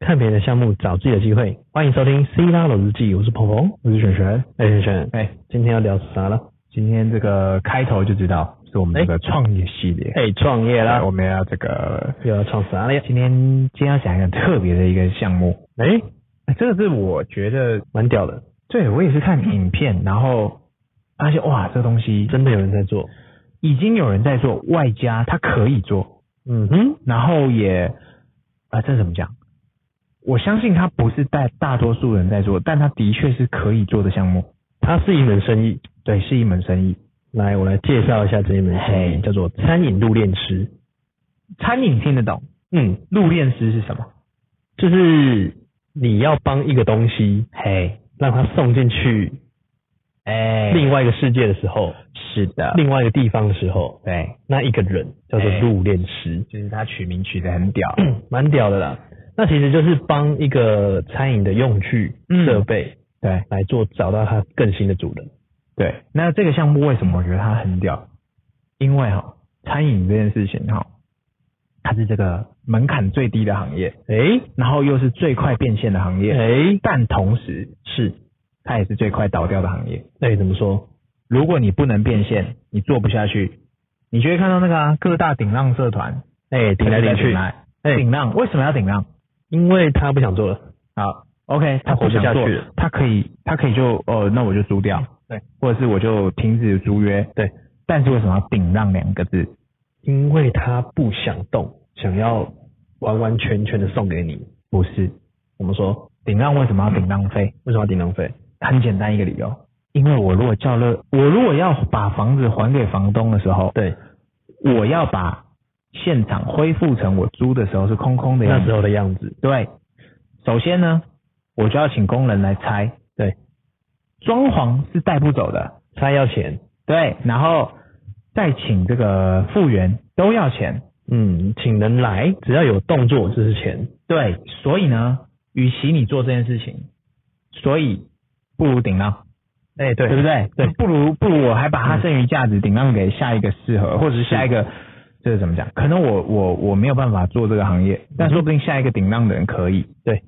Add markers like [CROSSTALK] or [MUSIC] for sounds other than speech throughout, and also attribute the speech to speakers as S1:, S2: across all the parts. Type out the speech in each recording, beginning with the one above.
S1: 看别人的项目，找自己的机会。欢迎收听《C 拉老日记》，我是鹏鹏。
S2: 我是璇璇。
S1: 哎，璇璇，
S2: 哎、
S1: 今天要聊啥了？
S2: 今天这个开头就知道是我们这个创业系列。
S1: 哎，创业
S2: 对
S1: 啦，
S2: 哎我们要这个
S1: 又要创啥了呀？
S2: 今天今天要讲一个很特别的一个项目，
S1: 哎，
S2: 哎这个是我觉得，
S1: 蛮屌的，
S2: 对我也是看影片，然后发现哇，这个东西
S1: 真的有人在做。
S2: 已经有人在做，外加它可以做，
S1: 嗯哼，
S2: 然后也啊、这怎么讲？我相信它不是大大多数人在做，但它的确是可以做的项目，
S1: 它是一门生意。
S2: 对，是一门生意。
S1: 来，我来介绍一下这一门生意，
S2: 嘿
S1: 叫做餐饮入殓师。
S2: 餐饮听得懂，
S1: 嗯，
S2: 入殓师是什么？
S1: 就是你要帮一个东西，
S2: 嘿，
S1: 让它送进去
S2: 哎
S1: 另外一个世界的时候，
S2: 是的，
S1: 另外一个地方的时候，
S2: 对，
S1: 那一个人叫做
S2: 哎
S1: 入殓师，
S2: 就是他取名取得很屌，
S1: [CLEARS THROAT] 蛮屌的啦。那其实就是帮一个餐饮的用具
S2: 嗯
S1: 设备
S2: [CLEARS THROAT] 对
S1: 来做找到它更新的主人。
S2: 对。那这个项目为什么我觉得它很屌？因为哈、餐饮这件事情哈、它是这个门槛最低的行业，
S1: 哎
S2: 然后又是最快变现的行业，
S1: 哎
S2: 但同时是它也是最快倒掉的行业。
S1: 哎，怎么说？
S2: 如果你不能变现，你做不下去，你就会看到那个、啊、各大顶浪社团
S1: 哎，顶来顶去，哎
S2: 哎，顶浪为什么要顶浪？
S1: 因为他不想做了。
S2: 好，OK，啊
S1: 他
S2: 他
S1: 活
S2: 不
S1: 不下
S2: 想做
S1: 去了，
S2: 他可以，他可以就呃，那我就租掉，
S1: 对，
S2: 或者是我就停止租约，
S1: 对。
S2: 但是为什么要顶让两个字？
S1: 因为他不想动，想要完完全全的送给你。
S2: 不是
S1: 我们说
S2: 顶让为什么要顶浪费？
S1: 为什么要顶浪费？
S2: 很简单一个理由，因为我如果叫了，我如果要把房子还给房东的时候，
S1: 对，
S2: 我要把现场恢复成我租的时候是空空的样
S1: 那时
S2: 子。
S1: 候的样子。
S2: 对，首先呢，我就要请工人来拆，
S1: 对，
S2: 装潢是带不走的，
S1: 他要钱，
S2: 对，然后再请这个复原都要钱。
S1: 嗯，请人来，只要有动作就是钱。
S2: 对，所以呢，与其你做这件事情，所以不如顶浪，
S1: 哎，对
S2: 对嗯不对？
S1: 对
S2: 不如不如我还把它剩余价值顶浪给下一个适合，或者是下一个。这是怎么讲？可能我我我没有办法做这个行业，但说不定下一个顶浪的人可以。
S1: 对，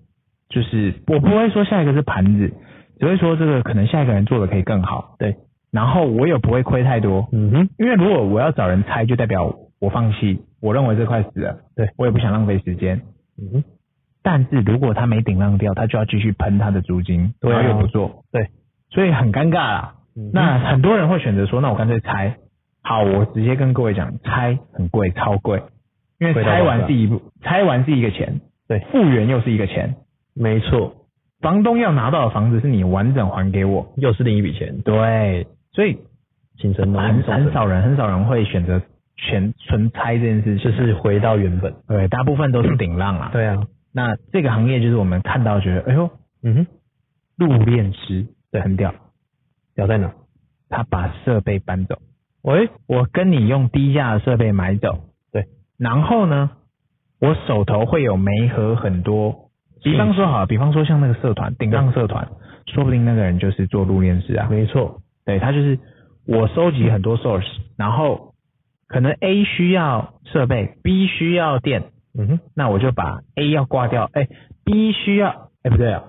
S2: 就是我不会说下一个是盘子，只会说这个可能下一个人做的可以更好。
S1: 对，
S2: 然后我也不会亏太多。
S1: 嗯哼，
S2: 因为如果我要找人拆，就代表我放弃，我认为这块死了，
S1: 对
S2: 我也不想浪费时间。
S1: 嗯哼，
S2: 但是如果他没顶浪掉，他就要继续喷他的租金，
S1: 对啊
S2: 然后又不做，
S1: 对，
S2: 所以很尴尬啦。
S1: 嗯
S2: 那很多人会选择说，那我干脆拆。好，我直接跟各位讲，拆很贵，超贵，
S1: 贵
S2: 因为
S1: 到
S2: 拆
S1: 爆炸
S2: 完是一步，拆完是一个钱，
S1: 对
S2: 复原又是一个钱，
S1: 没错，
S2: 房东要拿到的房子是你完整还给我，
S1: 又是另一笔钱，
S2: 对，所以
S1: 形成农
S2: 很
S1: 民
S2: 很少人很少人会选择全纯拆这件事情
S1: 就。是回到原本。
S2: 对，大部分都是顶浪啊。，
S1: 对啊，
S2: 那这个行业就是我们看到觉得，哎呦，
S1: 嗯哼，
S2: 入殓师对很屌，
S1: 屌在哪？
S2: 他把设备搬走，
S1: 喂，
S2: 我跟你用低价的设备买走，
S1: 对，
S2: 然后呢，我手头会有媒和很多，比方说好，比方说像那个社团顶浪社团，说不定那个人就是做入殓师啊，
S1: 没错，
S2: 对他就是我收集很多 source，然后可能 A 需要设备，B 需要电，
S1: 嗯哼，
S2: 那我就把 A 要挂掉，哎，B 需要，哎不对啊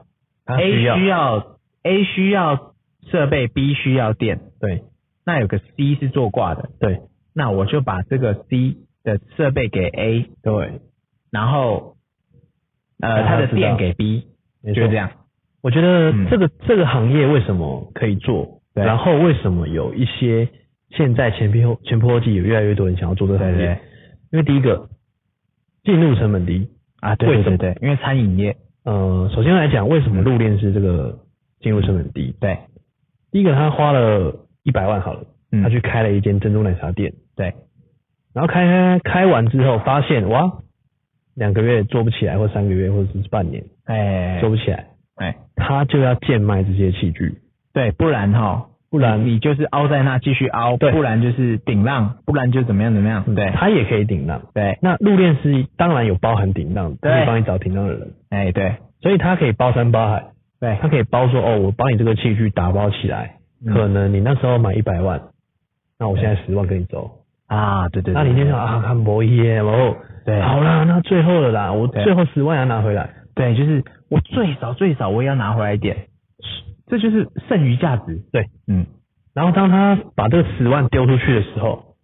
S1: 他
S2: ，A
S1: 需要
S2: 需要 A 需要设备，B 需要电，
S1: 对
S2: 那有个 C 是做挂的，
S1: 对
S2: 那我就把这个 C 的设备给 A，
S1: 对，
S2: 然后呃
S1: 让他
S2: 它的
S1: 知道
S2: 电给 B，
S1: 没
S2: 就
S1: 错
S2: 是这。样，
S1: 我觉得
S2: 嗯
S1: 这个、这个行业为什么可以做，
S2: 对
S1: 然后为什么有一些现在前仆后前仆后继有越来越多人想要做这个行
S2: 对
S1: 业，
S2: 对
S1: 因为第一个进入成本低。
S2: 啊，对
S1: 为
S2: 对
S1: 什么
S2: 对对，因为餐饮业
S1: 呃，首先来讲，为什么入殓师这个进入成本低？
S2: 对
S1: 第一个，他花了一百万好了，
S2: 嗯
S1: 他去开了一间珍珠奶茶店，
S2: 对
S1: 然后开开开完之后，发现哇，两个月做不起来，或三个月，或者是半年
S2: 哎
S1: 做不起来，
S2: 哎
S1: 他就要贱卖这些器具，
S2: 对，不然哈。
S1: 不然
S2: 你就是凹在那继续凹，
S1: 对嗯
S2: 不然就是顶浪，不然就怎么样怎么样，对
S1: 他也可以顶浪。
S2: 对，
S1: 那入殓师当然有包含顶浪，
S2: 对
S1: 可以帮你找顶浪的人，
S2: 哎对
S1: 所以他可以包山包海，
S2: 对，
S1: 他可以包说哦，我帮你这个器具打包起来，
S2: 嗯
S1: 可能你那时候买一百万，那我现在十万给你走，
S2: 啊，对对对，
S1: 那你就想啊，看摩耶，然后
S2: 对
S1: 好啦，那最后的啦，我
S2: 对
S1: 最后十万要拿回来，
S2: 对，就是我最少最少我也要拿回来一点，这就是剩余价值。
S1: 对，
S2: 嗯，
S1: 然后当他把这十万丢出去的时候，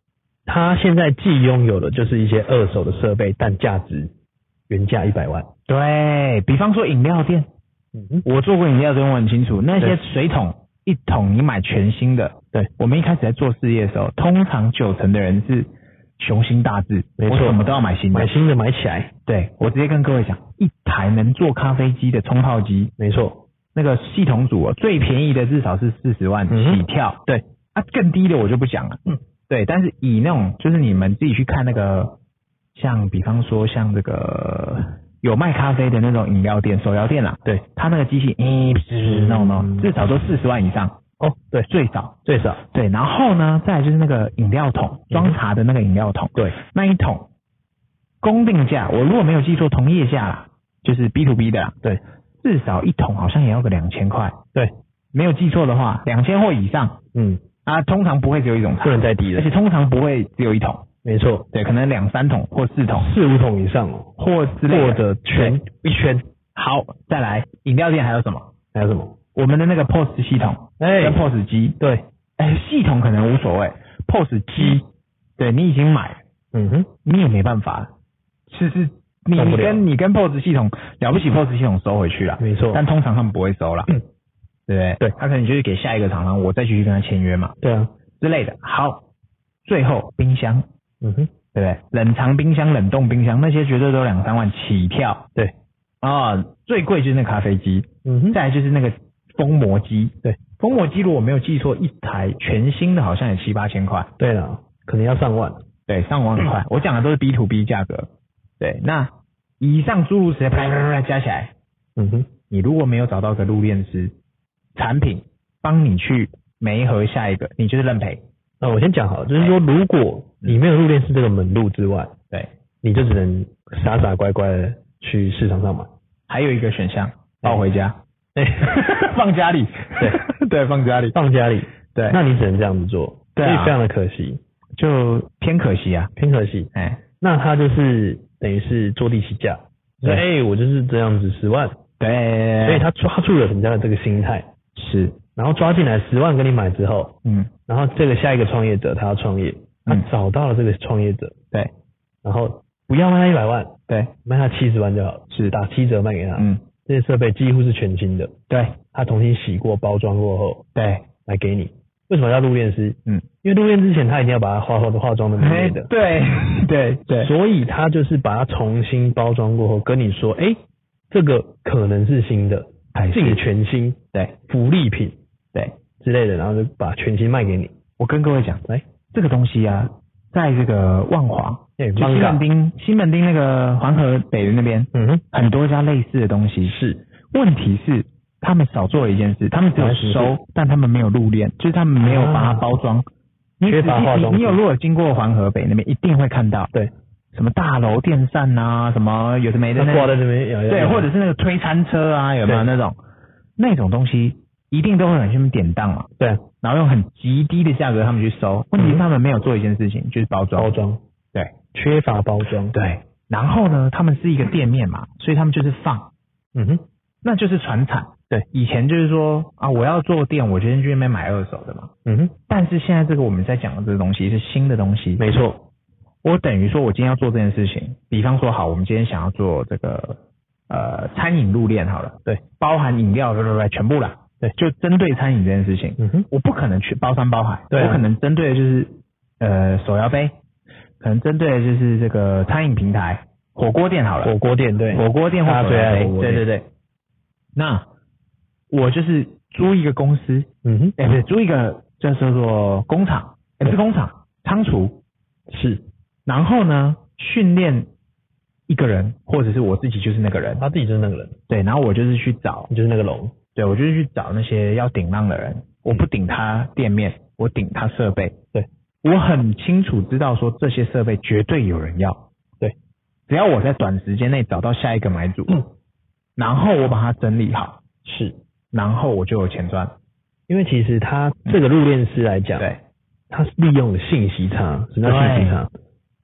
S1: 他现在既拥有的就是一些二手的设备，但价值原价一百万。
S2: 对比方说饮料店，
S1: 嗯，
S2: 我做过饮料店，我很清楚，那些
S1: 对
S2: 水桶一桶你买全新的，
S1: 对，
S2: 我们一开始在做事业的时候，通常九成的人是雄心大志，
S1: 没错
S2: 我什么都要买新的
S1: 买。新的买起来，
S2: 对，我直接跟各位讲，一台能做咖啡机的冲泡机，
S1: 没错，
S2: 那个系统组、哦、最便宜的至少是四十万
S1: 嗯哼
S2: 起跳，
S1: 对，
S2: 啊，更低的我就不讲了。
S1: 嗯，
S2: 对，但是以那种就是你们自己去看那个，像比方说像这个有卖咖啡的那种饮料店、手摇店啦，
S1: 对，
S2: 它那个机器，嗯，是那种那种，至少都四十万以上，
S1: 哦，对，
S2: 最少。
S1: 最少，
S2: 对，然后呢，再来就是那个饮料桶，装茶的那个饮料桶，
S1: 对，
S2: 那一桶公定价，我如果没有记错，同业价啦，就是 B to B 的啦，
S1: 对，
S2: 至少一桶好像也要个两千块，
S1: 对，
S2: 没有记错的话，两千或以上
S1: 嗯，
S2: 啊，通常不会只有一种茶
S1: 不，能再低了
S2: 而且，通常不会只有一桶，
S1: 没错，
S2: 对，可能两三桶或四桶
S1: 四五桶以上哦，
S2: 或之类的
S1: 或者全一圈，
S2: 好，再来饮料店还有什么？
S1: 还有什么？
S2: 我们的那个 POS 系统
S1: 哎
S2: 跟 POS 机，
S1: 对，
S2: 哎，系统可能无所谓，POS 机，对你已经买了，
S1: 嗯哼，
S2: 你也没办法，其实你
S1: 动不
S2: 你
S1: 了嗯
S2: 跟你跟 POS 系统了不起，POS 系统收回去了，
S1: 没错，
S2: 但通常他们不会收了，对
S1: 嗯
S2: 不对？
S1: 对
S2: 他可能就是给下一个厂商，我再继续跟他签约嘛
S1: 对啊，
S2: 之类的。好，最后冰箱，
S1: 嗯哼，
S2: 对不对？冷藏冰箱、冷冻冰箱那些绝对都两三万起跳
S1: 对，
S2: 啊、最贵就是那咖啡机，
S1: 嗯哼，
S2: 再来就是那个封膜机，
S1: 对，
S2: 封膜机如果没有记错，一台全新的好像也七八千块。
S1: 对了，可能要上万，
S2: 对，上网很快。我讲的都是 B to B 价格。对，那以上诸如此类，啪啪啪啪加起来，
S1: 嗯哼，
S2: 你如果没有找到一个入殓师，产品帮你去媒合下一个，你就是认赔。
S1: 那我先讲好了，就是说，如果你没有入殓师这个门路之外，
S2: 对，
S1: 你就只能傻傻乖乖的去市场上买。
S2: 还有一个选项，抱回家，
S1: [LAUGHS] 哎、
S2: 放家里。
S1: 对
S2: [LAUGHS] 对，放家里。
S1: 放家里，
S2: 对，啊
S1: 那你只能这样子做，
S2: 对啊
S1: 所以非常的可惜，
S2: 就偏可惜啊。
S1: 偏可惜。
S2: 哎，
S1: 那他就是等于是坐地起价，说
S2: 对
S1: 哎、我就是这样子十万，
S2: 对，
S1: 所以他抓住了人家的这个心态，
S2: 是，
S1: 然后抓进来十万给你买之后，
S2: 嗯，
S1: 然后这个下一个创业者他要创业，他
S2: 嗯
S1: 找到了这个创业者，
S2: 对，
S1: 然后不要卖他一百万，
S2: 对，
S1: 卖他七十万就好了，
S2: 是
S1: 打七折卖给他。
S2: 嗯，
S1: 这些设备几乎是全新的，
S2: 对，
S1: 他重新洗过、包装过后
S2: 对，
S1: 来给你。为什么叫入殓师？
S2: 嗯，
S1: 因为入殓之前他一定要把它化化化妆的美美的，
S2: 对，对，对，
S1: 所以他哎就是把它重新包装过后跟你说，哎，这个可能是新的，
S2: 还是
S1: 进全新
S2: 对，
S1: 福利品
S2: 对。
S1: 之类的，然后就把全新卖给你。
S2: 我跟各位讲，哎
S1: 来，
S2: 这个东西啊，在这个万华，
S1: 哎，
S2: 就西门町、西门町那个黄河北的那边，
S1: 嗯哼，
S2: 很多家类似的东西。是，问题是他们少做了一件事，他们只有
S1: 哪件事
S2: 收，但他们没有入殓，就是他们没有把它包装。你
S1: 啊缺
S2: 仔
S1: 乏化
S2: 细，
S1: 妆
S2: 你你有
S1: 品
S2: 如果经过黄河北那边，一定会看到
S1: 对，
S2: 什么大楼电扇啊，什么有的没的
S1: 他
S2: 那
S1: 挂
S2: 种
S1: 在这边摇摇摇，
S2: 对，或者是那个推餐车啊，有没有
S1: 对
S2: 那种那种东西，一定都会有人去典当嘛。
S1: 对
S2: 然后用很极低的价格他们去收。问
S1: 嗯
S2: 题是他们没有做一件事情，就是包装。
S1: 包装，
S2: 对
S1: 缺乏包装，，
S2: 对。然后呢，他们是一个店面嘛，所以他们就是放，
S1: 嗯哼，
S2: 那就是传产。
S1: 对，
S2: 以前就是说啊，我要做店，我就先去那边买二手的嘛。
S1: 嗯哼，
S2: 但是现在这个我们在讲的这个东西是新的东西，
S1: 没错，
S2: 我等于说我今天要做这件事情，比方说好，我们今天想要做这个呃餐饮入殓好了，
S1: 对，
S2: 包含饮料，对对对，全部啦，
S1: 对
S2: 就针对餐饮这件事情，
S1: 嗯哼，
S2: 我不可能去包山包海，
S1: 对啊
S2: 我可能针对的就是呃手摇杯，可能针对的就是这个餐饮平台火锅店好了，
S1: 火锅店对，
S2: 火锅店或
S1: 大家
S2: 手
S1: 最
S2: 摇
S1: 爱
S2: 杯，
S1: 火锅
S2: 对
S1: 店
S2: 对对。那我就是租一个公司，
S1: 嗯哼，
S2: 哎、不是租一个叫叫做工厂，哎、不是工厂，仓储是，然后呢训练一个人，或者是我自己就是那个人，
S1: 他自己就是那个人，
S2: 对，然后我就是去找
S1: 你就是那个龙，
S2: 对，我就是去找那些要顶浪的
S1: 嗯
S2: 人，我不顶他店面，我顶他设备。
S1: 对，
S2: 我很清楚知道说这些设备绝对有人要。
S1: 对，
S2: 只要我在短时间内找到下一个买主，
S1: 嗯
S2: 然后我把它整理好，
S1: 是
S2: 然后我就有钱赚。
S1: 因为其实他这个入殓师来讲，
S2: 嗯对，
S1: 他是利用了信息差，什么叫信息差？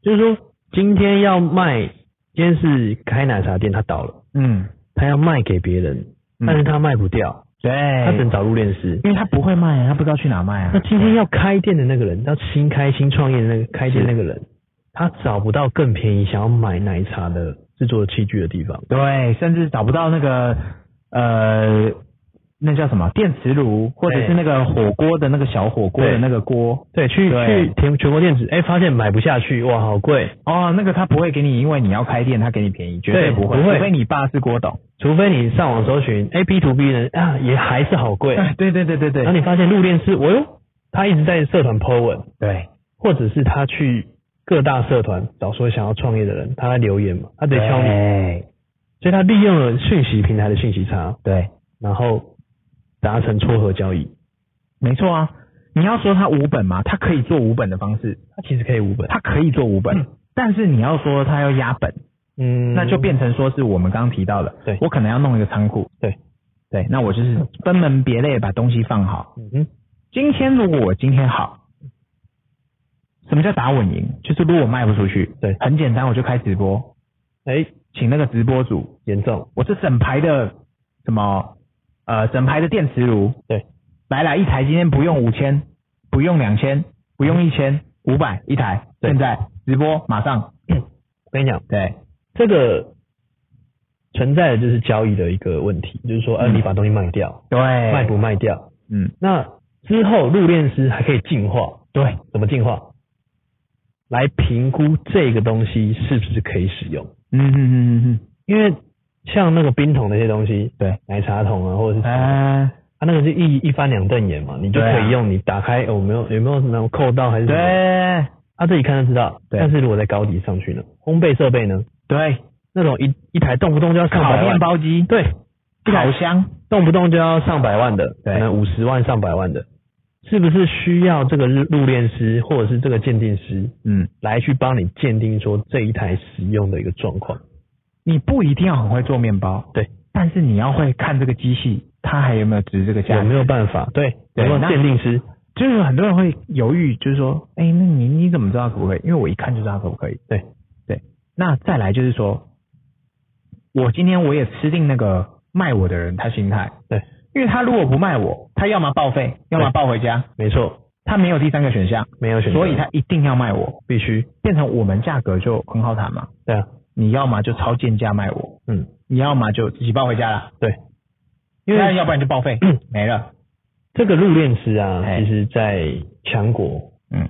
S1: 就是说今天要卖，今天是开奶茶店，他倒了，
S2: 嗯，
S1: 他要卖给别人，但是他卖不掉，
S2: 对，
S1: 他只能找入殓师。
S2: 因为他不会卖，他不知道去哪卖啊
S1: 那。今天要开店的那个人，要新开新创业的那个开店那个人，他找不到更便宜想要买奶茶的制作器具的地方，
S2: 对，甚至找不到那个呃，那叫什么电磁炉，或者是那个火锅的那个小火锅的
S1: 对
S2: 那个锅。
S1: 对，去
S2: 对
S1: 去全全国电子，哎，发现买不下去，哇，好贵，
S2: 哦，那个他不会给你，因为你要开店，他给你便宜，绝
S1: 对
S2: 不会，
S1: 不会
S2: 除非你爸是郭董。
S1: 除非你上网搜寻，哎，B to B 的啊，也还是好贵，
S2: 对对对对对
S1: 然后你发现入殓师，哦哟，他一直在社团 po 文，
S2: 对
S1: 或者是他去各大社团找说想要创业的人，他在留言嘛，他得敲你，
S2: 对
S1: 所以他利用了讯息平台的讯息差，
S2: 对，
S1: 然后达成撮合交易，
S2: 没错啊。你要说他无本嘛，他可以做无本的方式，
S1: 他其实可以无本，
S2: 他可以做无本，但是你要说他要压本，
S1: 嗯，
S2: 那就变成说是我们刚刚提到的，
S1: 对
S2: 我可能要弄一个仓库，
S1: 对
S2: 对，那我就是分门别类把东西放好。
S1: 嗯哼，
S2: 今天如果我今天好，什么叫打稳赢？就是如果我卖不出去，
S1: 对
S2: 很简单，我就开直播，
S1: 哎，
S2: 请那个直播主，
S1: 严重，
S2: 我是整排的什么呃整排的电磁炉，
S1: 对，
S2: 来了一台，今天不用五千，不用两千，不用一千，五百一台，
S1: 对
S2: 现在直播马上，
S1: 我跟你讲，
S2: 对
S1: 这个存在的就是交易的一个问题，就是说，呃，
S2: 嗯
S1: 你把东西卖掉，
S2: 对，
S1: 卖不卖掉？
S2: 嗯
S1: 那之后入殓师还可以进化，
S2: 对
S1: 怎么进化？来评估这个东西是不是可以使用，
S2: 嗯嗯嗯嗯
S1: 因为像那个冰桶那些东西，
S2: 对，
S1: 奶茶桶啊，或者是
S2: 嗯，
S1: 它、
S2: 哎。
S1: 那个是一一翻两瞪眼嘛，你就
S2: 对啊
S1: 可以用，你打开有没有有没有什么扣到还是什么，
S2: 对
S1: 他、这一看就知道。
S2: 对
S1: 但是如果在高级上去呢，烘焙设备呢，
S2: 对，
S1: 那种一一台动不动就要上
S2: 烤
S1: 百万
S2: 面，包机，
S1: 对，一台
S2: 烤箱，
S1: 动不动就要上百万的，
S2: 对
S1: 可能五十万上百万的，是不是需要这个入入殓师或者是这个鉴定师
S2: 嗯，
S1: 来去帮你鉴定说这一台使用的一个状况？
S2: 你不一定要很会做面包，
S1: 对，
S2: 但是你要会看这个机器，它还有没有值这个价
S1: 有
S2: 值
S1: 没有办法？对，有
S2: 对
S1: 没有
S2: 那
S1: 鉴定师？
S2: 就是很多人会犹豫，就是说，哎、那你你怎么知道可不可以？因为我一看就知道可不可以。
S1: 对
S2: 对，那再来就是说，我今天我也吃定那个卖我的人他心态，
S1: 对，
S2: 因为他如果不卖我，他要么报废，要么
S1: 对
S2: 抱回家，
S1: 没错，
S2: 他没有第三个选项，
S1: 没有选择，
S2: 所以他一定要卖我，
S1: 必须
S2: 变成我们价格就很好谈嘛。
S1: 对啊，
S2: 你要么就超贱价卖我，
S1: 嗯，
S2: 你要么就自己抱回家了，
S1: 对，，
S2: 因为要不然就报废没了。
S1: 这个入殓师啊，
S2: 哎
S1: 其实在强国
S2: 嗯，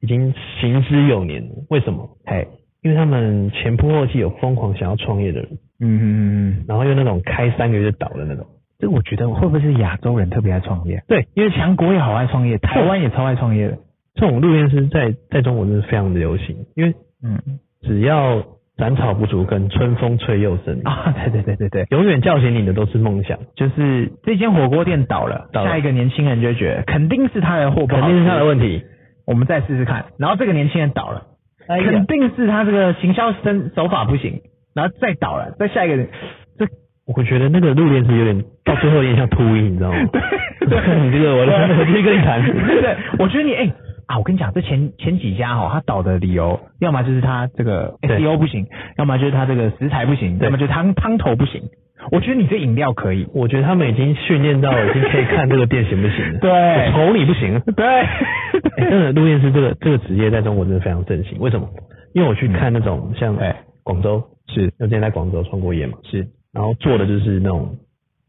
S1: 已经行之有年了。为什么？
S2: 嘿，
S1: 因为他们前仆后继有疯狂想要创业的人，
S2: 嗯嗯嗯嗯，
S1: 然后又那种开三个月就倒的那种。
S2: 这我觉得会不会是亚洲人特别爱创业？
S1: 对，
S2: 因为强国也好爱创业，台湾也超爱创业的。
S1: 这种入殓师在在中国真的非常的流行，因为
S2: 嗯
S1: 只要斩草不除根，春风吹又生，
S2: [LAUGHS] 啊，对对对对对，
S1: 永远叫醒你的都是梦想，
S2: 就是这间火锅店倒了，
S1: 倒了
S2: 下一个年轻人就会觉得肯定是他的货不
S1: 肯
S2: 好吃
S1: 定是他的问题。
S2: 我们再试试看。然后这个年轻人倒了，肯定是他这个行销手手法不行，然后再倒了，再下一个人，这
S1: 我觉得那个入殓师有点到最后有点像秃鹰，你
S2: [LAUGHS]
S1: 知道吗？ [LAUGHS] 你这个我
S2: 对
S1: 我去跟你谈。
S2: 对，我觉得你哎、啊，我跟你讲，这前前几家哦，他倒的理由，要么就是他这个
S1: 对
S2: SEO 不行，要么就是他这个食材不行，
S1: 对
S2: 要么就是汤汤头不行。我觉得你这饮料可以，
S1: 我觉得他们已经训练到已经可以看这个店行不行了。
S2: 对
S1: 我瞅你不行。
S2: 对，
S1: [LAUGHS] 哎真的，入殓师这个这个职业在中国真的非常盛行。为什么？因为我去看那种像
S2: 对
S1: 广州，
S2: 哎是
S1: 我之前在广州创过业嘛，
S2: 是，
S1: 然后做的就是那种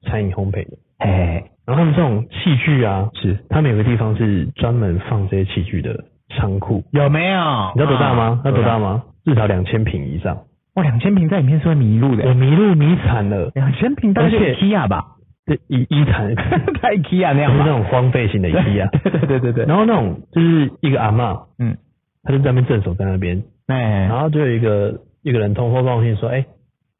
S1: 餐饮烘焙的。
S2: 哎，
S1: 然后他们这种器具啊，
S2: 是
S1: 他们有个地方是专门放这些器具的仓库。
S2: 有没有？
S1: 你知道多大吗
S2: 啊？
S1: 知道多大？吗？至少两千平以上。
S2: 哇，两千平在里面是会迷路
S1: 我
S2: 的，
S1: 迷路迷惨了，
S2: 两千平大
S1: 嗯
S2: 概
S1: 而
S2: 就
S1: 且
S2: IKEA 吧，
S1: 这一一惨，就是
S2: 他 IKEA 那样
S1: 那
S2: 吧。
S1: 种荒废型的一 [LAUGHS] 啊。
S2: 对对对对对，
S1: 然后那种就是一个阿嬷，
S2: 嗯，
S1: 她就在那边镇守在那边，
S2: 哎，
S1: 然后就有一个一个人通风报信说，哎，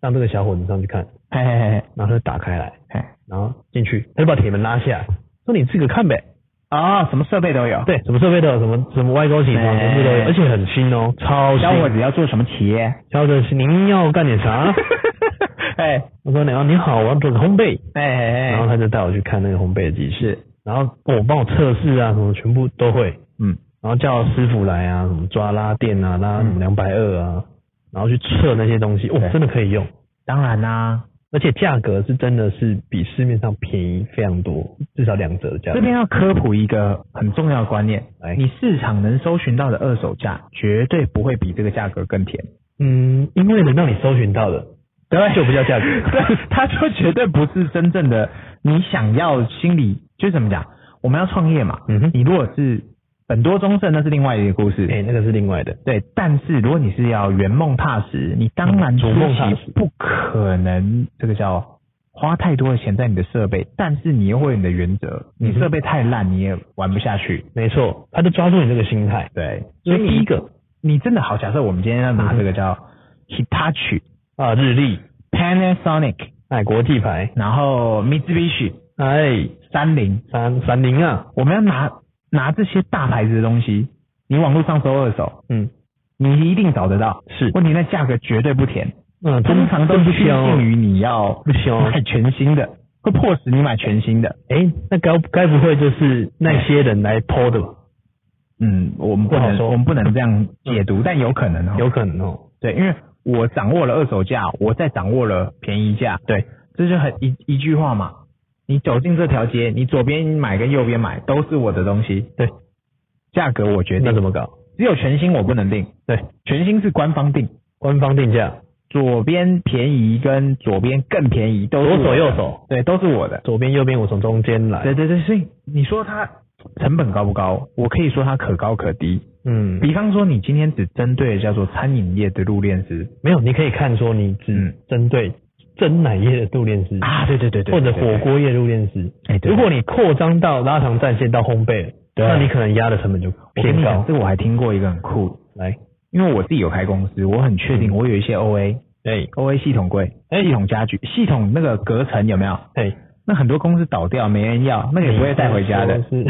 S1: 让这个小伙子上去看，
S2: 嘿嘿嘿
S1: 然后他就打开来，
S2: 嘿，
S1: 然后进去，他就把铁门拉下来，说你自个看呗。
S2: 啊，什么设备都有。
S1: 对，什么设备都有，什么什么外勾型房
S2: 哎
S1: 全部都有，而且很新哦，超新
S2: 小。伙子要做什么企业？
S1: 小伙子，您要干点 [LAUGHS] 啥？
S2: 哎
S1: 我说你啊，你好，我要做个烘焙。
S2: 哎哎
S1: 然后
S2: 哎，
S1: 他就带我去看那个烘焙的机器，然后我帮我测试啊，什么全部都会，
S2: 嗯，
S1: 然后叫师傅来啊，什么抓拉电啊，拉什么两百二啊，然后去测那些东西，哦
S2: 对，
S1: 真的可以用。
S2: 当然啦、啊
S1: 而且价格是真的是比市面上便宜非常多，至少两折的价格。
S2: 这边要科普一个很重要的观念
S1: 来，
S2: 你市场能搜寻到的二手价绝对不会比这个价格更甜。
S1: 嗯，因为能让你搜寻到的，对，就不叫价格。
S2: [LAUGHS] 对，它就绝对不是真正的你想要心里就是怎么讲？我们要创业嘛，
S1: 嗯哼
S2: 你如果是本多忠胜，那是另外一个故事。
S1: 哎、那个是另外的。
S2: 对，但是如果你是要圆梦踏实，你当然
S1: 嗯
S2: 初
S1: 逐梦踏
S2: 期
S1: 实
S2: 不可能这个叫花太多的钱在你的设备，但是你又会有你的原则，你
S1: 嗯哼
S2: 设备太烂你也玩不下去。
S1: 没错，他就抓住你这个心态。
S2: 对，
S1: 所以
S2: 所以
S1: 第一
S2: 你
S1: 个嗯
S2: 你真的好，假设我们今天要拿这个叫 Hitachi、
S1: 啊，日历，
S2: Panasonic，
S1: 哎，国际牌，
S2: 然后 Mitsubishi、
S1: 哎，
S2: 三菱，
S1: 三三零啊，
S2: 我们要拿拿这些大牌子的东西，你网络上搜二手，
S1: 嗯，
S2: 你一定找得到。
S1: 是，
S2: 问题那价格绝对不甜，
S1: 嗯，
S2: 通常都
S1: 真
S2: 是
S1: 不
S2: 趋
S1: 香
S2: 近，于你要
S1: 不
S2: [LAUGHS]
S1: 香。
S2: 买全新的，会迫使你买全新的。
S1: 哎、那该该不会就是那些人来偷的吧？
S2: 嗯，我们不
S1: 不好
S2: 能
S1: 说嗯
S2: 我们不能这样解读，但有可能哦。
S1: 有可能哦。
S2: 对，因为我掌握了二手价，我再掌握了便宜价，
S1: 对，
S2: 这就很一一句话嘛。你走进这条街，你左边买跟右边买都是我的东西，
S1: 对，
S2: 价格我决定。
S1: 那怎么搞？
S2: 只有全新我不能定，
S1: 对，
S2: 全新是官方定，
S1: 官方定价，
S2: 左边便宜跟左边更便宜都是我
S1: 左
S2: 的
S1: 手右手，
S2: 对，都是我的。
S1: 左边右边我从中间
S2: 对
S1: 来。
S2: 对对，所以你说它成本高不高？我可以说它可高可低。
S1: 嗯，
S2: 比方说，你今天只针对叫做餐饮业的入殓师
S1: 没有，你可以看说你只
S2: 嗯
S1: 针对真奶业的入殓师，
S2: 啊，对对对对，
S1: 或者
S2: 对对
S1: 火锅业入殓师。
S2: 哎对
S1: 如果你扩张到拉长战线到烘焙，
S2: 对
S1: 那你可能压的成本就
S2: 我跟
S1: 偏
S2: 你
S1: 高
S2: 讲，。这我还听过一个很酷的，
S1: 来，
S2: 因为我自己有开公司，我很确定我有一些 OA、
S1: 哎
S2: OA 系统柜、
S1: 哎
S2: 系统家具、系统那个隔层有没有？
S1: 哎，
S2: 那很多公司倒掉没人要，那个也不会带回家的。
S1: 是，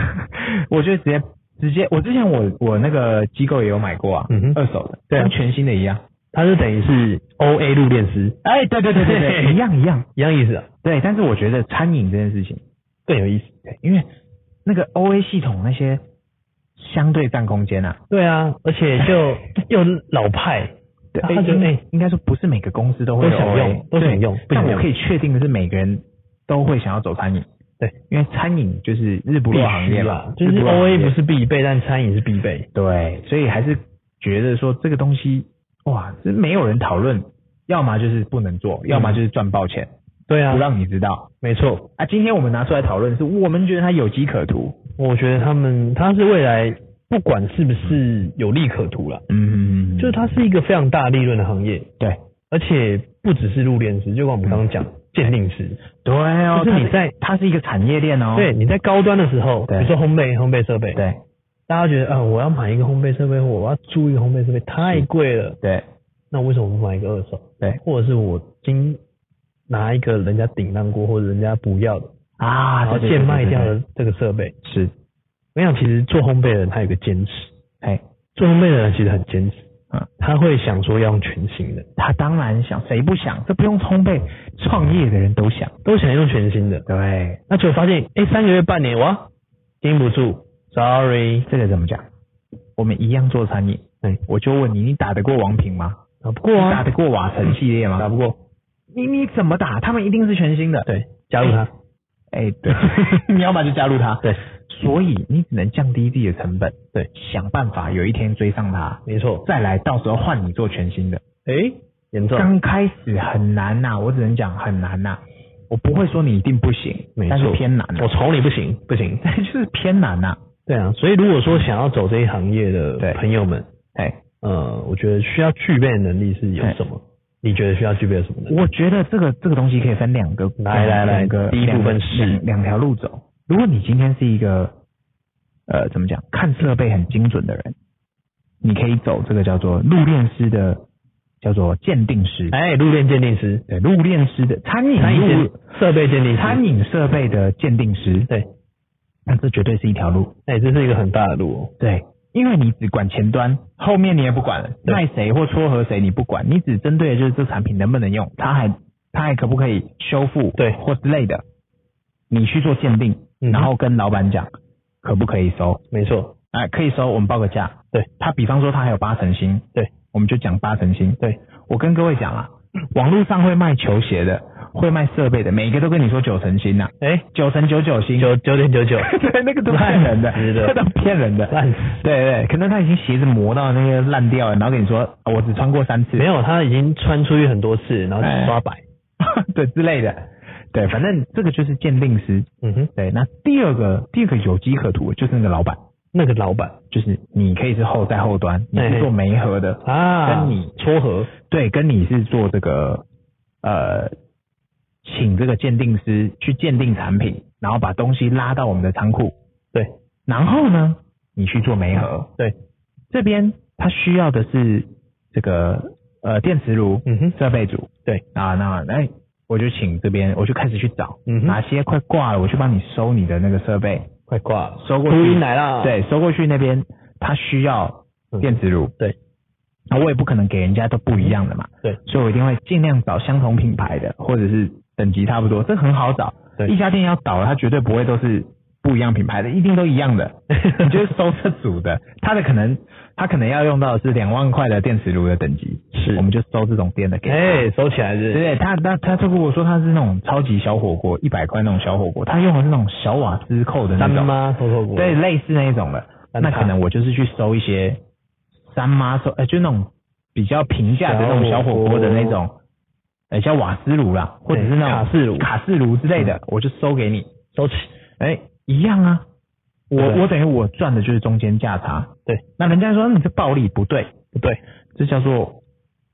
S2: [LAUGHS] 我就直接直接，我之前我我那个机构也有买过啊，
S1: 嗯哼
S2: 二手的，
S1: 对啊
S2: 跟全新的一样。
S1: 它是等于是 O A 入殓师，
S2: 哎，对对对
S1: [LAUGHS]
S2: 对对，一样一样。
S1: 一样意思啊，
S2: 对，但是我觉得餐饮这件事情，
S1: 更有意思。啊
S2: 对，因为那个 OA 系统那些相对占空间啊，
S1: 对啊，而且就
S2: [LAUGHS]
S1: 又老派，
S2: 对，
S1: 他觉得哎
S2: 应该说不是每个公司都会
S1: 都
S2: 有 OA，
S1: 想用，都想用，不
S2: 但
S1: 想
S2: 我
S1: 用
S2: 可以确定的是，每个人都会想要走餐饮。
S1: 对，
S2: 因为餐饮就是日不
S1: 必
S2: 落行业
S1: 须
S2: 嘛
S1: 啦，，就是
S2: 日落行
S1: O
S2: 业
S1: A 不是必备，但餐饮是必备。
S2: 对，所以还是觉得说这个东西，哇，这没有人讨论，要么就是不能做，要么就是赚爆钱，
S1: 对啊
S2: 不，让你知道
S1: 没错，
S2: 啊。今天我们拿出来讨论，是我们觉得它有机可图，
S1: 我觉得他们他是未来不管是不是有利可图啦，
S2: 嗯，
S1: 就是它是一个非常大利润的行业，
S2: 对
S1: 而且不只是入殓师，就像我们刚刚讲鉴定师，
S2: 对哦，
S1: 就是
S2: 嗯它
S1: 你在
S2: 它是一个产业链哦，
S1: 对，你在高端的时候，比
S2: 对
S1: 如说烘焙烘焙设备，
S2: 对
S1: 大家觉得啊，我要买一个烘焙设备，或我要租一个烘焙设备太贵了，
S2: 对
S1: 那为什么不买一个二手？
S2: 对
S1: 或者是我今拿一个人家顶让过或者人家不要的，
S2: 啊，
S1: 然后
S2: 对
S1: 贱卖掉，
S2: 对对对
S1: 了这个设备。
S2: 对是，
S1: 我想其实做烘焙的人他有一个坚持，
S2: 哎，
S1: 做烘焙的人其实很坚持，
S2: 嗯，
S1: 他会想说要用全新的，
S2: 他当然想，谁不想？这不用烘焙，创业的人都想，
S1: 都想用全新的，
S2: 对，
S1: 那就发现哎三个月半年哇经不住，sorry，
S2: 这个怎么讲？我们一样做餐饮，
S1: 嗯，
S2: 我就问你，你打得过王品吗？
S1: 打不过
S2: 你打
S1: 啊，
S2: 得过瓦城系列吗？
S1: 打不过，
S2: 你你怎么打？他们一定是全新的。，
S1: 对，加入他，
S2: 哎，对， [LAUGHS] 你要么就加入他。
S1: 对，
S2: 所以你只能降低自己的成本，
S1: 对，
S2: 想办法有一天追上他，
S1: 没错，
S2: 再来到时候换你做全新的。
S1: 哎严重，
S2: 刚开始很难呐、我只能讲很难呐、我不会说你一定不行，
S1: 没
S2: 但是
S1: 错
S2: 偏难、
S1: 我
S2: 啊，
S1: 瞅你不行不
S2: [LAUGHS]
S1: 行，
S2: 就是偏难呐、
S1: 对啊，所以如果说想要走这一行业
S2: 对
S1: 的朋友们，
S2: 哎，
S1: 呃，我觉得需要具备的能力是有什么？你觉得需要具备有什么能力？
S2: 我觉得这个这个东西可以分两个，
S1: 来来来
S2: 两个
S1: 第一部分是
S2: 两两条路走。如果你今天是一个呃怎么讲，看设备很精准的人，你可以走这个叫做入殓师的，叫做鉴定师，
S1: 哎，入殓鉴定师、
S2: 对，入殓呃师的餐饮
S1: 餐饮
S2: 入
S1: 鉴设备鉴定师，
S2: 餐饮设备的鉴定师，
S1: 对，
S2: 那这绝对是一条路。
S1: 哎，这是一个很大的路哦。
S2: 对，因为你只管前端，后面你也不管了，
S1: 对
S2: 卖谁或撮合谁你不管，你只针对的就是这产品能不能用，它还它还可不可以修复，
S1: 对
S2: 或之类的，你去做鉴定，
S1: 嗯哼
S2: 然后跟老板讲可不可以收，
S1: 没错，
S2: 哎、可以收，我们报个价。
S1: 对，
S2: 他比方说他还有八成新，
S1: 对，
S2: 我们就讲八成新。
S1: 对，
S2: 我跟各位讲啊，网络上会卖球鞋的，会卖设备的，每个都跟你说九成新呐、
S1: 哎，
S2: 九成九九新，
S1: 九九点九
S2: [LAUGHS]
S1: 九，
S2: 对，那个都骗人的，
S1: 烂死的
S2: 那都骗人的，
S1: 烂死
S2: 对对，可能他已经鞋子磨到那个烂掉了，然后跟你说、啊我只穿过三次，
S1: 没有，他已经穿出去很多次，然后就刷
S2: 哎
S1: 白。
S2: [LAUGHS] 对之类的，对，反正这个就是鉴定师。
S1: 嗯哼，
S2: 对，那第二个第二个有机可图就是那个老板，
S1: 那个老板
S2: 就是你可以是后在后端，你是做媒合的，
S1: 啊，
S2: 跟你
S1: 撮合，
S2: 对，跟你是做这个呃，请这个鉴定师去鉴定产品，然后把东西拉到我们的仓库，
S1: 对
S2: 然后呢，你去做媒合，
S1: 对，
S2: 这边他需要的是这个呃电磁炉
S1: 嗯哼，
S2: 设备组，
S1: 对
S2: 啊，那那我就请这边我就开始去找，
S1: 嗯
S2: 哪
S1: 哼，
S2: 些快挂了，我去帮你收你的那个设备，
S1: 快挂了，
S2: 收过
S1: 录音
S2: 去，
S1: 来啦，， [LAUGHS]
S2: 对，收过去那边他需要电磁炉、
S1: 嗯对，
S2: 那我也不可能给人家都不一样的嘛，
S1: 对，
S2: 所以我一定会尽量找相同品牌的，或者是等级差不多，这很好找，
S1: 对
S2: 一家店要倒了，他绝对不会都是不一样品牌的，一定都一样的，你就是收这组的， [LAUGHS] 他的可能他可能要用到的是两万块的电磁炉的等级，
S1: 是
S2: 我们就收这种店的给他。
S1: 哎，收起来是，
S2: 对对，他他他如果说他是那种超级小火锅，一百块那种小火锅，他用的是那种小瓦斯扣的那
S1: 三
S2: 种，
S1: 妈偷偷锅，
S2: 对，，类似那一种的，
S1: 三
S2: 那
S1: 叉
S2: 可能我就是去收一些三妈收，呃，就那种比较平价的那种小
S1: 小火
S2: 火
S1: 锅
S2: 锅的那种，呃，叫瓦斯炉啦，或者是
S1: 哎
S2: 那种
S1: 卡式炉嗯
S2: 卡式炉之类的，我就收给你，
S1: 收起，
S2: 哎，一样啊，我
S1: 对
S2: 我等于我赚的就是中间价差，
S1: 对，
S2: 那人家说你这暴利不对，
S1: 不对，
S2: 这叫做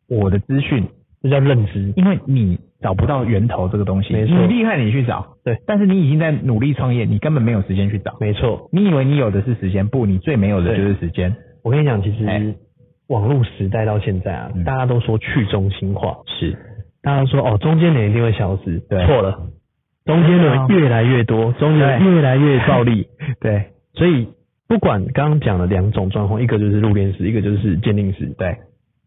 S2: 我的资讯
S1: 这叫认知，
S2: 因为你找不到源头这个东西，
S1: 没
S2: 你
S1: 错
S2: 厉害你去找，
S1: 对，
S2: 但是你已经在努力创业，你根本没有时间去找。
S1: 没错。
S2: 你以为你有的是时间，不，你最没有的
S1: 对
S2: 就是时间。
S1: 我跟你讲，其
S2: 哎
S1: 实网络时代到现在啊
S2: 嗯，
S1: 大家都说去中心化，
S2: 是，
S1: 大家都说哦，中间人一定会消失，
S2: 对
S1: 错了，中间人越来越多，中间人
S2: 对
S1: 越来越暴力， [LAUGHS]
S2: 对
S1: 所以不管刚刚讲的两种状况，一个就是入殓师，一个就是鉴定师。
S2: 对。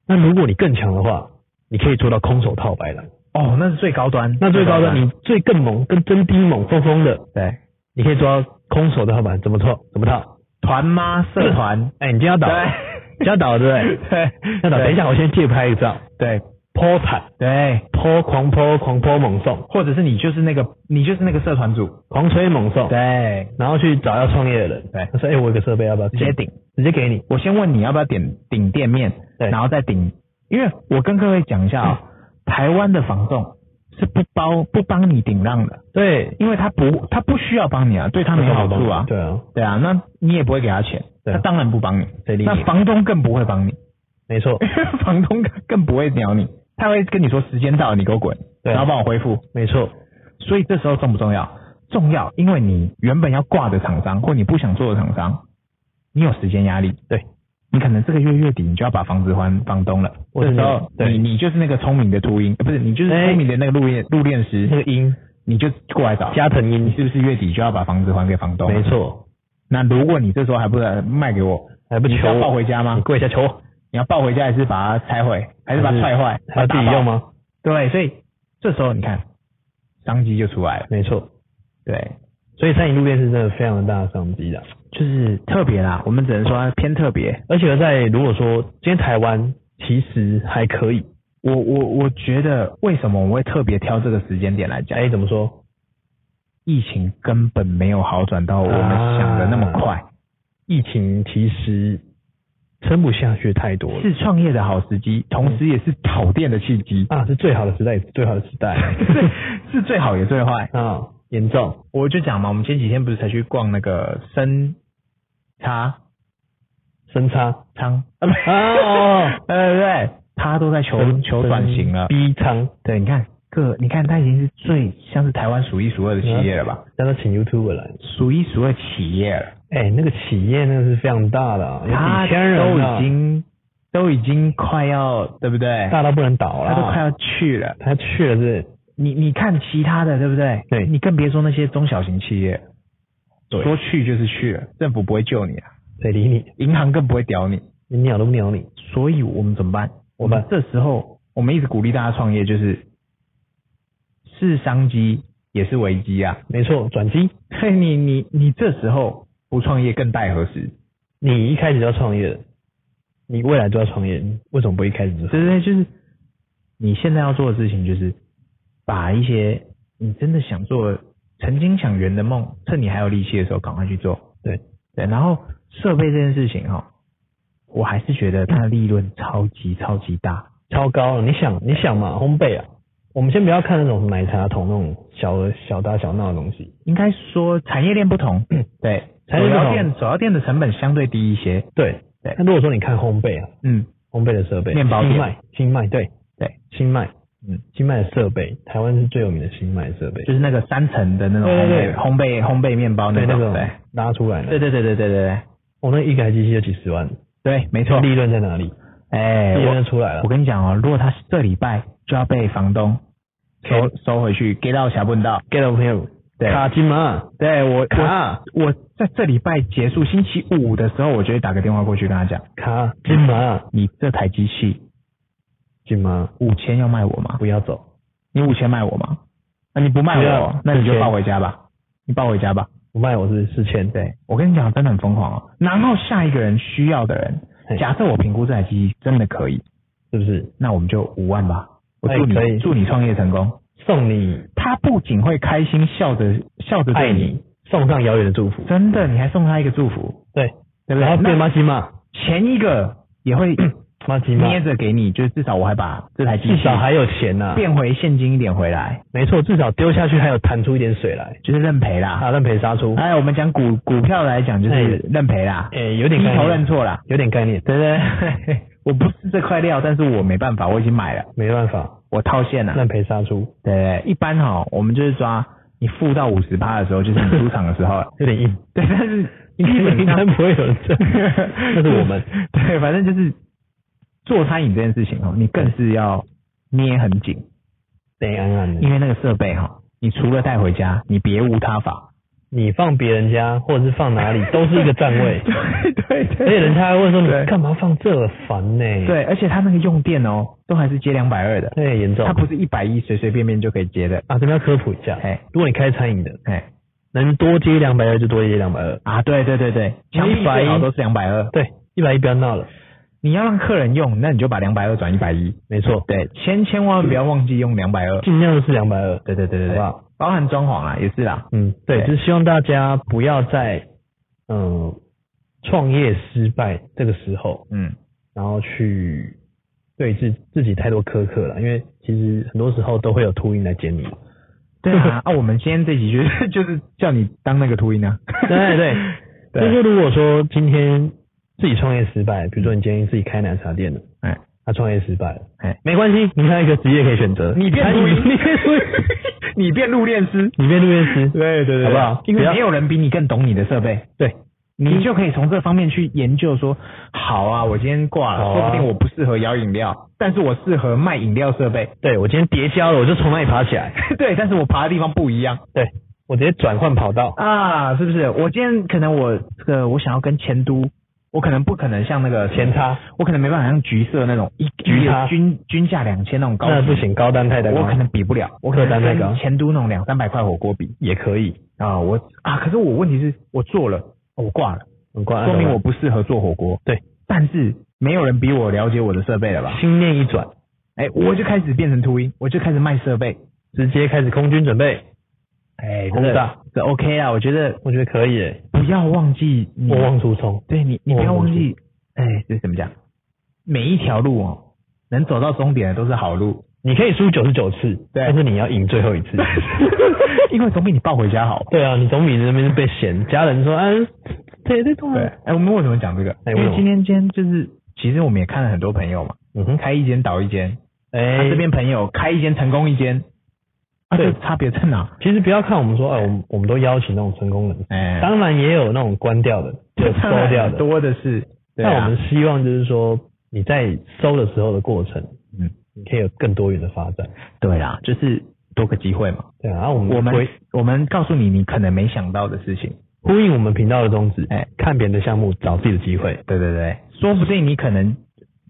S1: 那如果你更强的话，你可以做到空手套白狼。
S2: 哦，那是最高端，
S1: 那最高的你最更猛、跟真低猛、疯疯的，
S2: 对
S1: 你可以做到空手套白狼，怎么套？怎么套？
S2: 团妈
S1: [CLEARS THROAT]
S2: 社团，
S1: 哎、你今天要倒，今天要倒对不对？
S2: [LAUGHS] 对
S1: 要倒，
S2: 对
S1: 等一下我先借拍一照，
S2: 对
S1: 泼惨，
S2: 对，
S1: 泼狂泼狂泼猛送，
S2: 或者是你就是那个你就是那个社团主，
S1: 狂吹猛送。
S2: 对，
S1: 然后去找要创业的人，
S2: 对
S1: 他说：“哎、我有个设备，要不要嗯
S2: 直接顶。
S1: 直接给你？
S2: 我先问你要不要点顶店面，
S1: 对嗯
S2: 然后再顶，因为我跟各位讲一下啊、台湾的防重是不包不帮你顶让的，
S1: 对，
S2: 因为他不他不需要帮你啊，对他没有好处啊，
S1: 对啊，
S2: 对啊，那你也不会给他钱，
S1: 对
S2: 他
S1: 啊
S2: 当然不帮你，
S1: 谁理
S2: 那
S1: 你？
S2: 房东更不会帮你，
S1: 没 [COUGHS] 错，
S2: 因为 [LAUGHS] 房东更不会鸟你，他会跟你说时间到了你给我滚，
S1: 对啊
S2: 然后帮我恢复，
S1: 没错，
S2: 所以这时候重不重要？重要，因为你原本要挂的厂商或你不想做的厂商，你有时间压力，
S1: 对，
S2: 你可能这个月月底你就要把房子还房东了，
S1: 我
S2: 这
S1: 是
S2: 时候
S1: 那个对
S2: 你你就是那个聪明的秃鹰，呃不是你就是
S1: 哎
S2: 聪明的那个入殓入殓
S1: 那
S2: 师，
S1: 个音
S2: 你就过来找，
S1: 加藤
S2: 你
S1: 音，
S2: 是不是月底就要把房子还给房东？
S1: 没。错，
S2: 那如果你这时候还不来卖给我，
S1: 还不
S2: 你
S1: 求
S2: 是要抱
S1: 我，
S2: 回家吗
S1: 你？跪下求我，
S2: 你要抱回家还是把它拆毁，还是把它踹坏，
S1: 还要自己用
S2: 吗？
S1: 吗？
S2: 对，所以这时候你看商机就出来了。
S1: 没错，
S2: 对，
S1: 所以餐饮路边是真的非常大的商机的，
S2: 就是特别啦，我们只能说它偏特别。
S1: 而且在如果说今天台湾其实还可以，
S2: 我我我觉得为什么我会特别挑这个时间点来讲？
S1: 哎，怎么说？
S2: 疫情根本没有好转到我们想的那
S1: 啊
S2: 么快，
S1: 疫情其实撑不下去太多了
S2: 是创业的好时机，同时也是讨店的契机。
S1: 啊，是最好的时代，也是最好的时代 [LAUGHS]
S2: 对，是最好也最坏。
S1: 啊，严重，
S2: 我就讲嘛，我们前几天不是才去逛那个深差
S1: 深差。
S2: 仓啊，不是
S1: 啊哦，
S2: [LAUGHS] 对对对，他都在求哦求转型啊了。
S1: 逼仓，
S2: 对，你看各，你看他已经是最像是台湾数一数二的企业了吧？
S1: 让他请 YouTube 来。
S2: 数一数二企业了，
S1: 哎、那个企业那个是非常大的、啊，有
S2: 他
S1: 几千人、
S2: 都
S1: 啊，
S2: 已经都已经快要对不对？
S1: 大到不能倒了。啊
S2: 他都快要去了。
S1: 他去了是，
S2: 你你看其他的对不对？
S1: 对
S2: 你更别说那些中小型企业，
S1: 对
S2: 说去就是去了，政府不会救你啊，
S1: 谁理你？
S2: 银行更不会屌你。
S1: 你鸟都不鸟你。
S2: 所以我们怎么办？我们这时候我们一直鼓励大家创业，就是是商机也是危机啊。 [LAUGHS]
S1: 没错，转机，
S2: 嘿，你你你这时候不创业更待何时？
S1: 你一开始就要创业，你未来就要创业，你为什么不一开始就？
S2: 对不对？就是你现在要做的事情就是把一些你真的想做的、曾经想圆的梦，趁你还有力气的时候赶快去做。
S1: 对
S2: 对，然后设备这件事情哈、哦，我还是觉得它的利润超级超级大。
S1: 超高了。你想，你想嘛，烘焙啊，我们先不要看那种奶茶桶那种小额小打小闹的东西，
S2: 应该说产业链不同， [COUGHS] 对，
S1: 产业
S2: 手
S1: 链不
S2: 摇
S1: 同
S2: 店手摇店的成本相对低一些，
S1: 对
S2: 对
S1: 那如果说你看烘焙啊，
S2: 嗯，
S1: 烘焙的设备，
S2: 面包店
S1: 新麦，新麦，对
S2: 对，
S1: 新麦，
S2: 嗯，
S1: 新麦的设备，台湾是最有名的新麦设备，
S2: 就是那个三层的那种烘
S1: 对
S2: 焙
S1: 对对
S2: 烘焙烘焙面包那
S1: 对那
S2: 种，
S1: 种
S2: 对，
S1: 拉出来的，
S2: 对对对对对对对
S1: 我、那一台机器就几十万，
S2: 对，没错，
S1: 利润在哪里？
S2: 哎，
S1: 利润
S2: 我
S1: 就出来了
S2: 我。跟你讲哦，如果他这礼拜就要被房东收收回去，给到小笨道，
S1: Get up here，
S2: 对
S1: 卡金嘛，
S2: 对我我
S1: 卡
S2: 我在这礼拜结束星期五的时候，我就会打个电话过去跟他讲，
S1: 卡金嘛，
S2: 你这台机器
S1: 金嘛，
S2: 五千要卖我吗？
S1: 不要走，
S2: 你五千卖我吗？那你不卖
S1: 不
S2: 我哦
S1: 要，
S2: 那你就
S1: 4000
S2: 抱回家吧，你抱回家吧。
S1: 不卖我是四千，
S2: 对，我跟你讲，真的很疯狂哦。然后下一个人需要的人，
S1: 嘿
S2: 假设我评估这台机器真的可以，
S1: 是不是？
S2: 那我们就五万吧。我
S1: 哎
S2: 祝
S1: 可
S2: 你
S1: 以
S2: 祝你创业成功。
S1: 送你
S2: 他不仅会开心笑着笑着对
S1: 爱，你，送上遥远的祝福，
S2: 真的，你还送他一个祝福，
S1: 对，
S2: 对不
S1: 然
S2: 对？
S1: 后对
S2: 那
S1: 马吉嘛，
S2: 前一个也
S1: [CLEARS THROAT]
S2: 会
S1: 马吉嘛，
S2: 捏着给你，就是至少我还把这台机
S1: 至
S2: 器
S1: 少还有钱呐、
S2: 变回现金一点回来，
S1: 没错，至少丢下去还有弹出一点水来，
S2: 就是认赔啦。
S1: 啊，认赔杀出，
S2: 哎，我们讲股股票来讲，就是认赔啦，
S1: 诶、呃有点
S2: 低
S1: 概
S2: 头认
S1: 念，
S2: 错啦。
S1: 有点概念，
S2: 对对对， [LAUGHS] 我不是这块料，但是我没办法，我已经买了，
S1: 没办法，
S2: 我套现了。
S1: 认赔杀出，
S2: 对对，一般哈、我们就是抓你负到五十趴的时
S1: [LAUGHS]
S2: 候，就是你出场的时候了。
S1: 有点硬，
S2: 对，但是基本
S1: 应该
S2: 上，
S1: 不会有人
S2: [LAUGHS]
S1: 这样，那是我们，
S2: 对，反正就是做餐饮这件事情哦，你更是要捏很紧，
S1: 得安安的
S2: 因。为那个设备哈、你除了带回家，你别无他法。。
S1: 你放别人家或者是放哪里，都是一个站位 [LAUGHS]
S2: 对 [LAUGHS] 对
S1: 而
S2: 对，
S1: 且人家还问说你
S2: 对
S1: 干嘛放这，烦呢、，
S2: 对，而且他那个用电哦，都还是接两百二的，
S1: 对，严重
S2: 它。不是一百一随随便便就可以接的。
S1: 啊，这边要科普一下，
S2: 哎
S1: 如果你开餐饮的，
S2: 哎
S1: 能多接两百二就多接两百二。
S2: 啊，对对对对，墙壁最好都是两百二，
S1: 对，一百一不要闹了，
S2: 你要让客人用，那你就把两百二转一百一。
S1: 没错，
S2: 对，千千万万不要忘记用两百二。
S1: 尽量是两百二，
S2: 对对对对
S1: 好不
S2: 对，
S1: 好？
S2: 包含装潢啦，也是啦。
S1: 嗯，对，
S2: 对
S1: 就是希望大家不要在嗯创业失败这个时候，
S2: 嗯，
S1: 然后去对自自己太多苛刻了，因为其实很多时候都会有秃鹰来捡你。 [LAUGHS]
S2: 对啊， [LAUGHS] 啊，我们今天这集就是 [LAUGHS] 就是叫你当那个秃鹰啊。
S1: 对 [LAUGHS] 对啊所以
S2: [LAUGHS] 对，
S1: 说，如果说今天自己创业失败，比如说你今天自己开奶茶店的，
S2: 哎
S1: 他创业失败了，
S2: 哎，
S1: 没关系，你还有一个职业可以选择，
S2: 你变
S1: 开
S2: 录音
S1: 你变 [LAUGHS] 录音，
S2: [LAUGHS] 你变入殓师。
S1: 你变录音师，
S2: 对对对
S1: 好
S2: 好
S1: 不
S2: 不
S1: 好
S2: 好？因为没有人比你更懂你的设备，
S1: 对，
S2: 你就可以从这方面去研究说，好啊，我今天挂了，
S1: 好啊
S2: 说不定我不适合摇饮料，但是我适合卖饮料设备。 [LAUGHS]
S1: 对我今天跌跤了，我就从那里爬起来，
S2: 对，但是我爬的地方不一样
S1: 对我直接转换跑道，
S2: 啊，是不是？我今天可能我这个我想要跟前都，我可能不可能像那个
S1: 前，插，
S2: 我可能没办法像橘色那种一
S1: 橘
S2: 一
S1: 咖
S2: 个均均价两千那种高，
S1: 那不，行，高单太太高，
S2: 我可能比不了，我可
S1: 客
S2: 能
S1: 单太高
S2: 跟前都那种两三百块火锅比
S1: 也可以，
S2: 啊，我啊，可是我问题是我做了，哦我挂了。
S1: 很啊关
S2: 说明我不适合做火锅。
S1: 对，
S2: 但是没有人比我了解我的设备了吧？
S1: 心念一转，
S2: 哎，我就开始变成秃鹰，我就开始卖设备。
S1: 直接开始空军准备，
S2: 哎，
S1: 轰炸
S2: 这 OK 啊，我觉得
S1: 我觉得可以耶，
S2: 不要忘记你，
S1: 莫忘初衷，
S2: 对你，你不要
S1: 莫忘
S2: 忘记，哎，这怎么讲？每一条路哦，能走到终点的都是好路，
S1: [LAUGHS] 你可以输九十九次，
S2: 对
S1: 但是你要赢最后一
S2: [LAUGHS]
S1: 次。
S2: 因为总比你抱回家好。
S1: 对啊，你总比那边被嫌，家人说，哎，对对
S2: 对
S1: 对，，
S2: 哎，我们为什么讲这个？
S1: 哎为
S2: 因
S1: 什
S2: 为
S1: 么
S2: 今天今天就是，其实我们也看了很多朋友嘛，
S1: 嗯哼，
S2: 开一间倒一间，他
S1: 哎，
S2: 这边朋友开一间成功一间，啊，
S1: 对
S2: 这差别在哪？
S1: 其实不要看我们说，哎，我们我们都邀请那种成功人士，
S2: 哎，
S1: 当然也有那种关掉的，有收掉的，
S2: 多的是。 [LAUGHS] 对
S1: 但
S2: 啊
S1: 我们希望就是说你在收的时候的过程，
S2: 嗯，
S1: 你可以有更多元的发展。
S2: 对啦，就是多个机会嘛。
S1: 对啊，然后我们
S2: 我们
S1: 回
S2: 我们告诉你，你可能没想到的事情。
S1: 呼应我们频道的宗旨，
S2: 哎
S1: 看别人的项目找自己的机会。
S2: 对对对，说不定你可能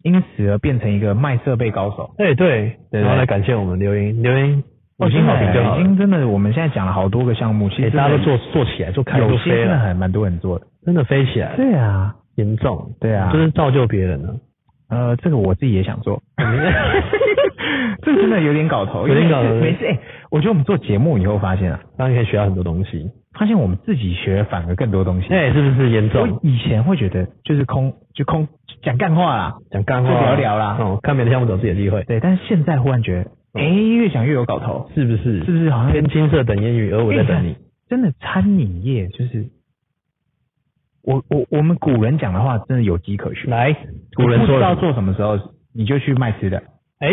S2: 因此而变成一个卖设备高手。
S1: 对对，
S2: 对
S1: 然后来感谢我们留言留言五星好评就好
S2: 已
S1: 了。
S2: 经真的，我们现在讲了好多个项目，其
S1: 哎，
S2: 实
S1: 大家都做做起来，做开
S2: 有
S1: 做
S2: 些
S1: 飞
S2: 真的
S1: 了，
S2: 还蛮多人做的。
S1: 真的飞起来了，
S2: 对啊，
S1: 严重。
S2: 对啊
S1: 就是造就别人了。
S2: 呃，这个我自己也想做。 [LAUGHS] 这个真的有点搞头，
S1: 有点搞头
S2: 因为每次哎、我觉得我们做节目以后发现啊，
S1: 当然可以学到很多东西。
S2: 发现我们自己学反而更多东西。
S1: 哎、是不是严
S2: 我
S1: 重？
S2: 以前会觉得就是空就空讲干话啦，
S1: 讲干话
S2: 就聊聊啦
S1: 哦，看别的项目走自己的机会，
S2: 对，但是现在忽然觉得，
S1: 嗯
S2: 哎、越讲越有搞头，
S1: 是不是？
S2: 是不是好像
S1: 天青色等烟雨，而我在等你。
S2: 真的餐饮业就是，我我我们古人讲的话真的有迹可循。
S1: 来，古人
S2: 不
S1: 说
S2: 知道
S1: 了，
S2: 做什么时候，你就去卖吃的
S1: 哎、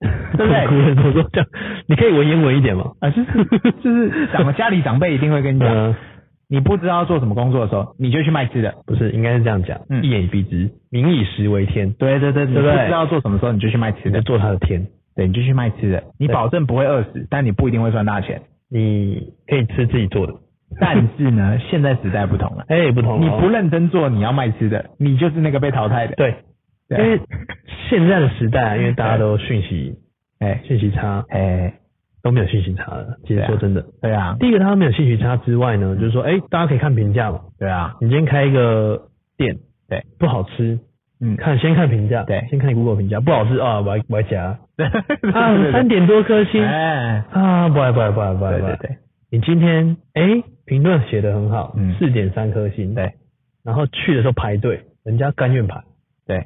S2: 对不对
S1: [LAUGHS] 古人说说这样，你可以文言文一点吗？
S2: 啊，就是 [LAUGHS] 就是长家里长辈一定会跟你讲，
S1: [LAUGHS] 嗯，
S2: 你不知道做什么工作的时候，你就去卖吃的。
S1: 不是，应该是这样讲，
S2: 嗯
S1: 一眼以蔽之，民以食为天，
S2: 对对对，你
S1: 对
S2: 不
S1: 不对
S2: 知道做什么时候，你就去卖吃
S1: 你就
S2: 的。
S1: 做他的天，
S2: 对，你就去卖吃的，你
S1: 对
S2: 保证不会饿死，但你不一定会赚大钱。
S1: 你可以吃自己做的。
S2: 但是呢，现在时代不同了，
S1: [LAUGHS] 哎、不同、哦，
S2: 你不认真做，你要卖吃的，你就是那个被淘汰的。
S1: 对，因
S2: 对啊
S1: 为现在的时代啊，因为大家都讯息
S2: 哎
S1: 讯息差，
S2: 哎，
S1: 都没有讯息差了。其
S2: 对
S1: 实
S2: 啊
S1: 说真的，
S2: 对啊
S1: 第一个他没有信息差之外呢，就是说，哎、大家可以看评价嘛。
S2: 对啊，
S1: 你今天开一个店，
S2: 对，
S1: 不好吃，
S2: 嗯，
S1: 看先看评价，
S2: 对
S1: 先看 Google 评价，不好吃啊，我还我还
S2: [LAUGHS]
S1: 夹
S2: 对对对
S1: 啊，
S2: 对
S1: 三点多颗星
S2: 哎，
S1: 啊，不爱不爱不爱不爱
S2: 对
S1: 不
S2: 对
S1: 爱。
S2: 对，
S1: 你今天哎评论写的很好
S2: 嗯，
S1: 四点三颗星，
S2: 对，
S1: 然后去的时候排队，人家甘愿排，
S2: 对，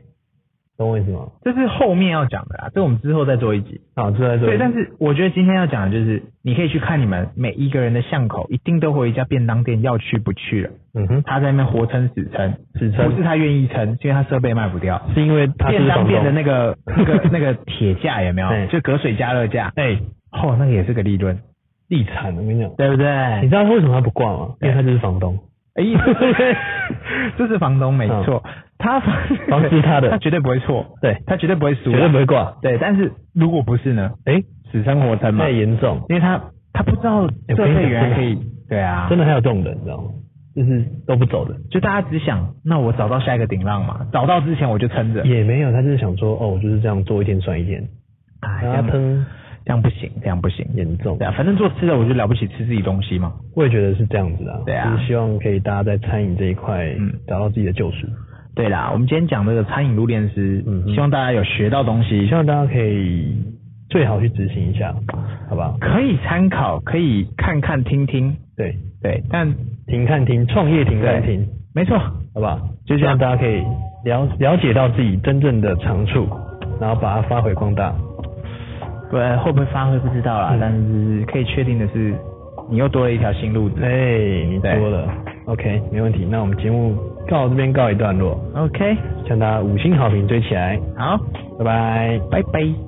S1: 懂我意思吗？
S2: 这是后面要讲的啦，这我们之后再做一集。
S1: 啊，就在这
S2: 对，
S1: 里，
S2: 但是我觉得今天要讲的就是，你可以去看你们每一个人的巷口，一定都会有一家便当店要去不去了，
S1: 嗯哼，
S2: 他在那边活撑死撑，
S1: 死撑
S2: 不是他愿意撑，是因为他设备卖不掉。
S1: 是因为他是
S2: 便当
S1: 房
S2: 店的
S1: 东，
S2: 那个 [LAUGHS]
S1: [LAUGHS]
S2: 那个那个铁架有没有？
S1: 对
S2: 就隔水加热架，
S1: 哎，
S2: 哦，那个也是个利润，
S1: 地产，我跟你讲，
S2: 对不对？
S1: 你知道为什么他不挂吗？因
S2: 对
S1: 为他就是房东。
S2: 哎，这是房东没错，他房
S1: 哦房子是他的
S2: [LAUGHS] 他绝对不会错，
S1: 对，
S2: 他绝对不会输，
S1: 绝对不会挂。
S2: 对。但是如果不是呢？
S1: 哎，
S2: 死生活撑嘛哎
S1: 太，严重，
S2: 因为他他不知道设备原来可以，对啊，
S1: 真的还有这种人，你知道吗？就是都不走的，
S2: 就大家只想，那我找到下一个顶浪嘛，找到之前我就撑着，
S1: 也没有，他就是想说，哦，我就是这样做一天算一天，
S2: 哎，这
S1: 然后
S2: 样
S1: 喷
S2: 这样不行，这样不行，
S1: 严重
S2: 对，啊，反正做吃的我就了不起，吃自己东西嘛，
S1: 我也觉得是这样子的，
S2: 对啊
S1: 就是希望可以大家在餐饮这一块
S2: 嗯
S1: 找到自己的救赎，
S2: 对啦，我们今天讲这个餐饮路练师，
S1: 嗯哼
S2: 希望大家有学到东西
S1: 希，望大家可以最好去执行一下，好不好？
S2: 可以参考，可以看看听听，
S1: 对，
S2: 对，但
S1: 停看停，创业停看停，
S2: 没错，
S1: 好不好？就
S2: 就这
S1: 希
S2: 样
S1: 望大家可以了了解到自己真正的长处，然后把它发挥光大。
S2: 呃，会不会发挥不知道啦，
S1: 嗯
S2: 但是可以确定的是，你又多了一条新路子。
S1: 哎、你
S2: 对
S1: 多了，OK，没问题。那我们节目到这边告一段落，
S2: OK，
S1: 向大家五星好评追起来，
S2: 好，
S1: 拜拜。
S2: 拜拜。